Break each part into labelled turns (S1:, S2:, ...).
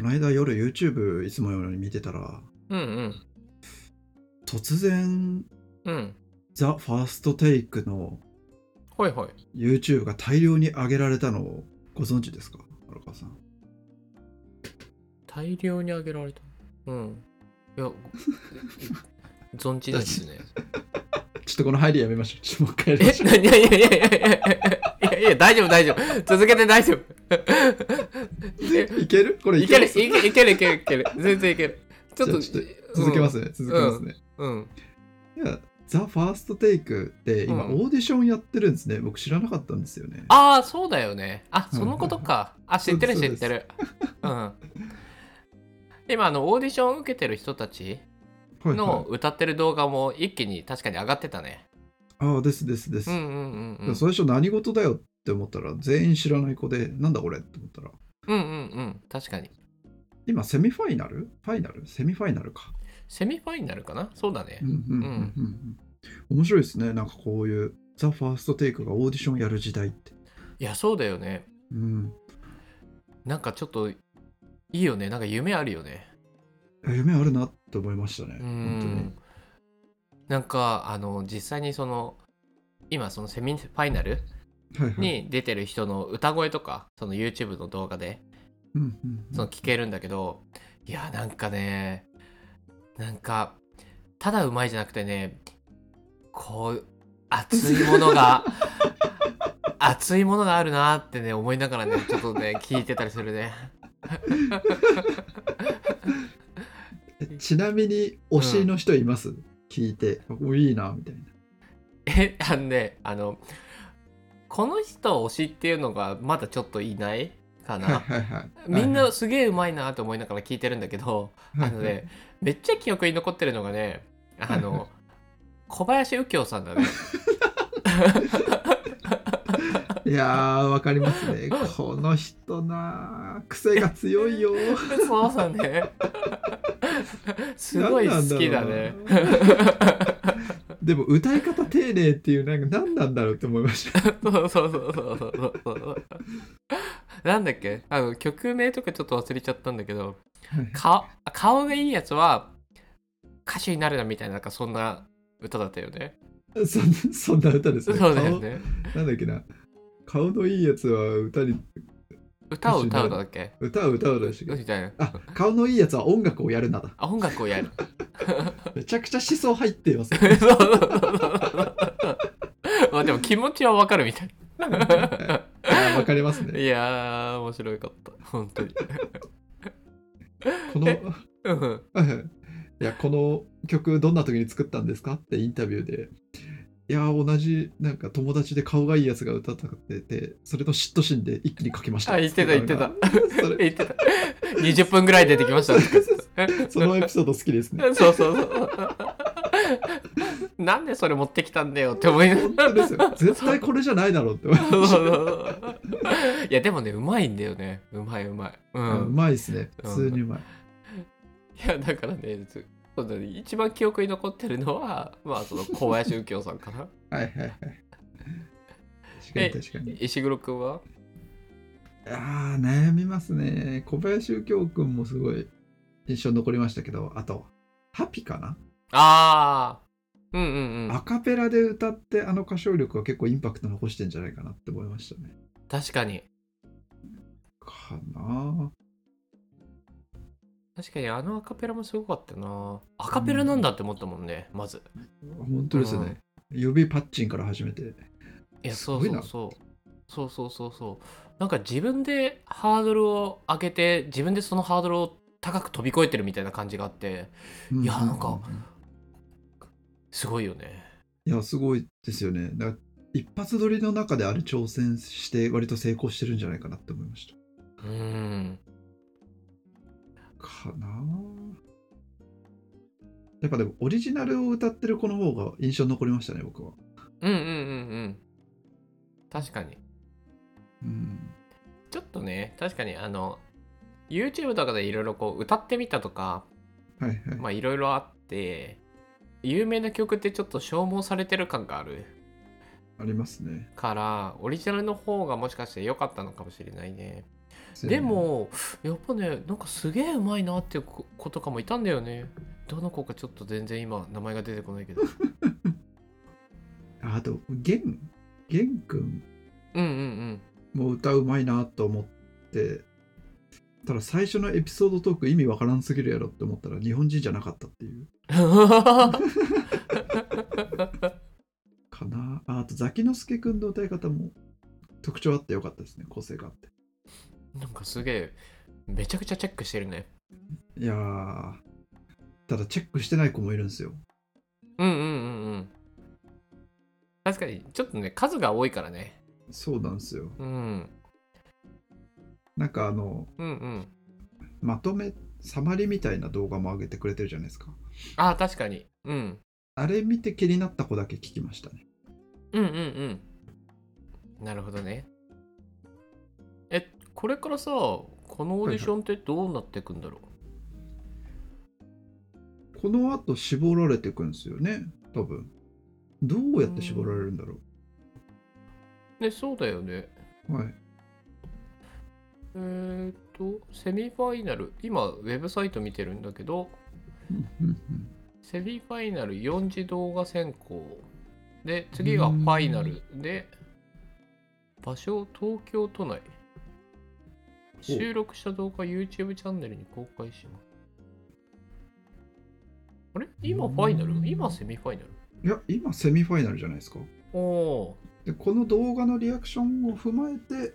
S1: の間夜 YouTube いつものように見てたら、
S2: うんうん
S1: 突然、
S2: うん
S1: ザ・ファーストテイクの
S2: はいはい
S1: YouTube が大量に上げられたのをご存知ですか荒川さん。
S2: 大量にあげられたうんいや 存じないですね
S1: ちょっとこの入りやめましょう。ちょっともう一回やりま
S2: え
S1: しょう。
S2: ないやいやいやいやいやいやいや大丈夫大丈夫続けて大丈夫
S1: いけるこれ
S2: い
S1: いけ
S2: け
S1: る
S2: るいけるいけるいけるいける全然いけるちょっと
S1: じゃあち続けますね、続けますね。
S2: うん、うん
S1: いや、ザ・ファーストテイクって今
S2: うん
S1: オーディションやってるんですね。僕知らなかったんですよね。
S2: ああそうだよねあそのことかあ知ってる知ってるうん今あのオーディション受けてる人たち
S1: はい
S2: の
S1: は
S2: 歌ってる動画も一気に確かに上がってたね
S1: い、ああ、ですですです。
S2: うんうんうんうん
S1: で最初何事だよって思ったら全員知らない子で、なんだこれって思ったら、
S2: うんうんうん確かに
S1: 今セミファイナルファイナルセミファイナルか。
S2: セミファイナルかなそうだね
S1: うんうんうん
S2: うん
S1: うんうん。面白いですね。なんかこういうザ・ファーストテイクがオーディションやる時代って。
S2: いやそうだよね
S1: うん。
S2: なんかちょっといいよねなんか夢あるよね
S1: 夢あるなって思いましたね。
S2: う
S1: 本当に
S2: んなんかあの実際にその今そのセミファイナル。
S1: はいはい。
S2: に出てる人の歌声とかその YouTube の動画で
S1: うんうんうん
S2: その聞けるんだけど、いやなんかねなんかただうまいじゃなくてねこう熱いもの が熱いものがあるなってね思いながらねちょっとね聞いてたりするね
S1: えちなみに推しの人います、聞いて。おいいな、みたいな。
S2: えあのねあのこの人推しっていうのがまだちょっといないか な、
S1: はいはいはい。
S2: みん
S1: は
S2: なすげえうまいなと思いながら聞いてるんだけど、
S1: いはい
S2: あのね、めっちゃ記憶に残ってるのがね、あ
S1: はいは
S2: の、小林右京さんだね。
S1: いやー、わかりますね。この人なー、癖が強いよー。
S2: そうだね。すごい好きだね。
S1: 何なんだろうな。でも歌い方丁寧っていうなんか何なんだろうって思いま した。
S2: そうそうそうそうそうそう。なんだっけあの曲名とかちょっと忘れちゃったんだけど顔顔がいいやつは歌手になるなみたいななんかそんな歌だったよね。
S1: そんそんな歌です
S2: そ
S1: ね。
S2: うだよね。
S1: 顔なんだっけな。顔のいいやつは歌に
S2: 歌を歌うのだっけ
S1: 歌を歌うらしいけど
S2: みたいな。
S1: あ顔のいいやつは音楽をやるなだ。
S2: あ音楽をやる。
S1: めちゃくちゃ思想入ってい ますね。
S2: そうそうそうそうまあでも気持ちはわかるみたい
S1: あーわかります
S2: な。
S1: ね。
S2: いやー、面白かった。本当に。
S1: この
S2: えうん
S1: うんいやこの曲どんな時に作ったんですかってインタビューでいや同じなんか友達で顔がいいやつが歌っててそれの嫉妬心で一気に書きました
S2: あ、言ってた言ってた。
S1: それ
S2: 言ってた。20分ぐらい出てきましたとか。
S1: そのエピソード好きですね
S2: そうそうそう。なんでそれ持ってきたんだよって思いながら
S1: 本当ですよ絶対これじゃないだろうって思いま
S2: そう
S1: した
S2: そうそういやでもねうまいんだよねうまいうまい、う
S1: うんんうまいですね普通にうまい
S2: いやだからねずそうだね一番記憶に残ってるのはまあその小林右京さんかな
S1: はいはいはい確かに確かに
S2: 石黒君は
S1: あー悩みますね小林右京君もすごい印象に残りましたけどあとハピかな
S2: ああうんうんう
S1: ア
S2: ん
S1: カペラで歌ってあの歌唱力は結構インパクト残してんじゃないかなって思いましたね。
S2: 確かに
S1: かな
S2: 確かにあのアカペラもすごかったなアカペラなんだって思ったもんね、まず
S1: ぁ本当ですね。指パッチンから始めて。
S2: いや
S1: す
S2: そ
S1: ご
S2: う
S1: い
S2: そう
S1: な
S2: そうそうそうそうそうなんか自分でハードルを上げて自分でそのハードルを高く飛び越えてるみたいな感じがあって
S1: い
S2: やなんか。すごいよね
S1: いや、すごいですよね。だから一発撮りの中であれ挑戦して割と成功してるんじゃないかなって思いました。
S2: うん
S1: かなぁやっぱでもオリジナルを歌ってる子の方が印象に残りましたね、僕は。
S2: うんうんうんうん確かに
S1: うん。
S2: ちょっとね確かにあの YouTube とかでいろいろこう歌ってみたとか
S1: はいはい。
S2: まあいろいろあって有名な曲ってちょっと消耗されてる感がある
S1: ありますね。
S2: からオリジナルの方がもしかして良かったのかもしれないね
S1: 強いね
S2: でもやっぱねなんかすげえうまいなっていう子とかもいたんだよねどの子かちょっと全然今名前が出てこないけ ど
S1: あと玄玄君
S2: うんうんうん
S1: も歌うまいなと思ってただ最初のエピソードトーク意味わからんすぎるやろって思ったら日本人じゃなかったっていう かなああとザキノスケ君の歌い方も特徴あってよかったですね個性があって
S2: なんかすげえめちゃくちゃチェックしてるね
S1: いやーただチェックしてない子もいるんですよ
S2: うんうんうんうん確かにちょっとね数が多いからね
S1: そうなんですよ
S2: うん
S1: なんかあの
S2: うんうん
S1: まとめサマリーみたいな動画も上げてくれてるじゃないですか
S2: あー確かに、うん、
S1: あれ見て気になった子だけ聞きましたね
S2: うんうんうんなるほどねえこれからさこのオーディションってどうなっていくんだろう、
S1: この後絞られていくんですよね多分どうやって絞られるんだろ
S2: ねそうだよね
S1: うはい
S2: えーっとセミファイナル今ウェブサイト見てるんだけど
S1: うんうんうん
S2: セミファイナル4次動画選考で次がファイナルで場所東京都内収録した動画 YouTube チャンネルに公開しますあれ今ファイナル
S1: うん
S2: 今セミファイナル
S1: いや今セミファイナルじゃないですか
S2: おお
S1: でこの動画のリアクションを踏まえて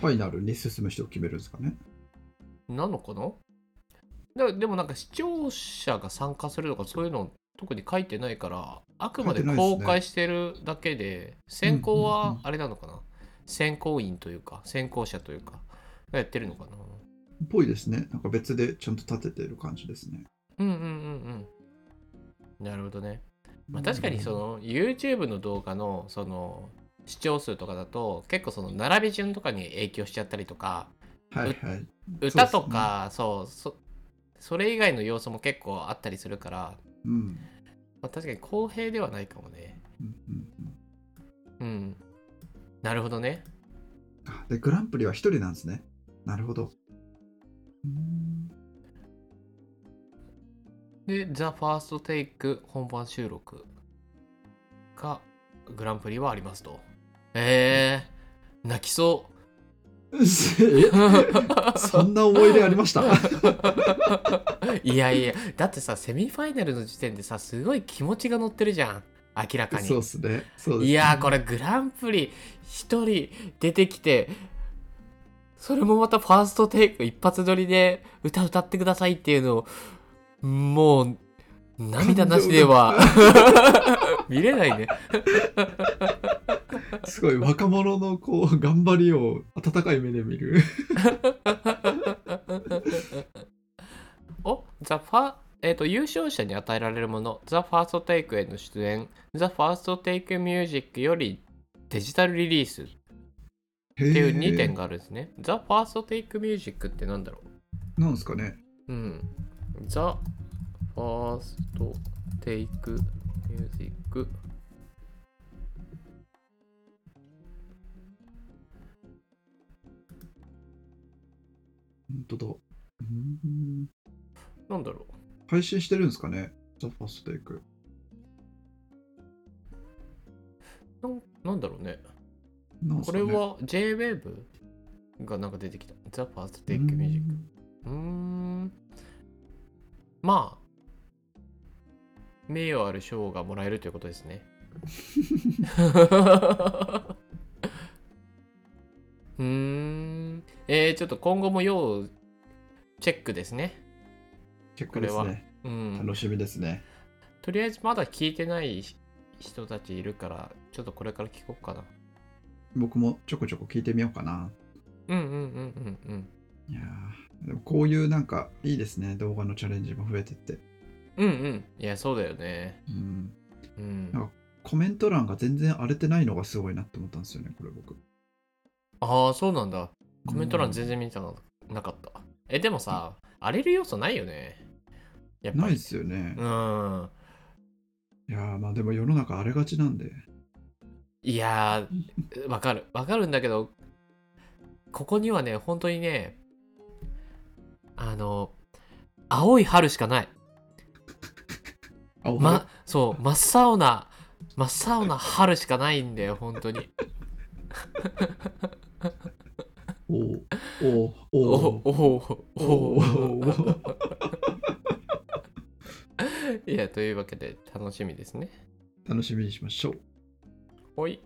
S1: ファイナルに進む人を決めるんですかね
S2: ーなのかなだでもなんか視聴者が参加するとかそういうの特に書いてないからあくまで
S1: 書いてないです
S2: 公
S1: ね
S2: 開してるだけで選考
S1: うんうん
S2: は
S1: うん
S2: あれなのかな、選考員というか選考者というかがやってるのかな
S1: っぽいですねなんか別でちゃんと立ててる感じですね
S2: うんうんうんうんなるほどねまあ、確かにその YouTube の動画のその視聴数とかだと結構その並び順とかに影響しちゃったりとか
S1: はいはい
S2: 歌とかそう,、そそれ以外の要素も結構あったりするから、
S1: うんうん
S2: まあ、確かに公平ではないかもね
S1: うんうん
S2: うんなるほどね
S1: あでグランプリは一人なんですねなるほどうーん
S2: で「THEFIRSTTAKE 本番収録がグランプリはありますとえー、泣きそう
S1: そんな思い出ありました
S2: いやいやだってさセミファイナルの時点でさすごい気持ちが乗ってるじゃん明らかに
S1: そうっすねそうですね
S2: いやーこれグランプリ1人出てきてそれもまたファーストテイク一発撮りで歌歌ってくださいっていうのをもう涙なしでは 見れないね
S1: すごい若者のこう頑張りを温かい目で見 る
S2: おザファえっ、と優勝者に与えられるもの「ザ・ファーストテイクへの出演「ザ・ファーストテイクミュージックよりデジタルリリースって
S1: へえ
S2: いう2点があるんですね。ザ・ファーストテイクミュージックってなんだろ
S1: なんですかね
S2: ううん。ザ・ファーストテイクミュージック。
S1: 本当だうーん
S2: なんだろ
S1: 配信してるんですかねザ・ファーストテイク
S2: うなんなんだろうね。
S1: なんす
S2: こ
S1: か
S2: れ
S1: ね
S2: は JWAVE がなんか出てきた。ザ・ファーストテイクミュージック。うーん。まあ、名誉ある賞がもらえるということです ね。うーん。えー、ちょっと今後も要チェックですね。
S1: 結構です
S2: これ
S1: ね
S2: うん。
S1: 楽しみですね
S2: とりあえずまだ聞いてない人たちいるから、ちょっとこれから聞こうかな。
S1: 僕もちょこちょこ聞いてみようかな
S2: うんうんうんうんうん。
S1: いやーでもこういうなんかいいですね動画のチャレンジも増えてって
S2: うんうん。いや、そうだよね。
S1: うん
S2: うん。
S1: あコメント欄が全然荒れてないのがすごいなって思ったんですよねこれ僕
S2: ああ、そうなんだ。コメント欄全然見たのなかった。え、でもさ、荒れる要素ないよね。やっ
S1: うん
S2: ぱ
S1: ない
S2: り。
S1: ですよね
S2: う、ん。
S1: いやーまあでも世の中荒れがち なんで
S2: いやー、わかる。わかるんだけど、ここにはね、本当にね、あの、青い春しかない。
S1: あ、おは
S2: ま、そう、真っ青な、真っ青な春しかないんだよ、本当に。
S1: おうおうお
S2: お
S1: お
S2: おお
S1: お
S2: お
S1: う
S2: いや、というわけで、楽しみですね。
S1: 楽しみにしましょう。
S2: ほい。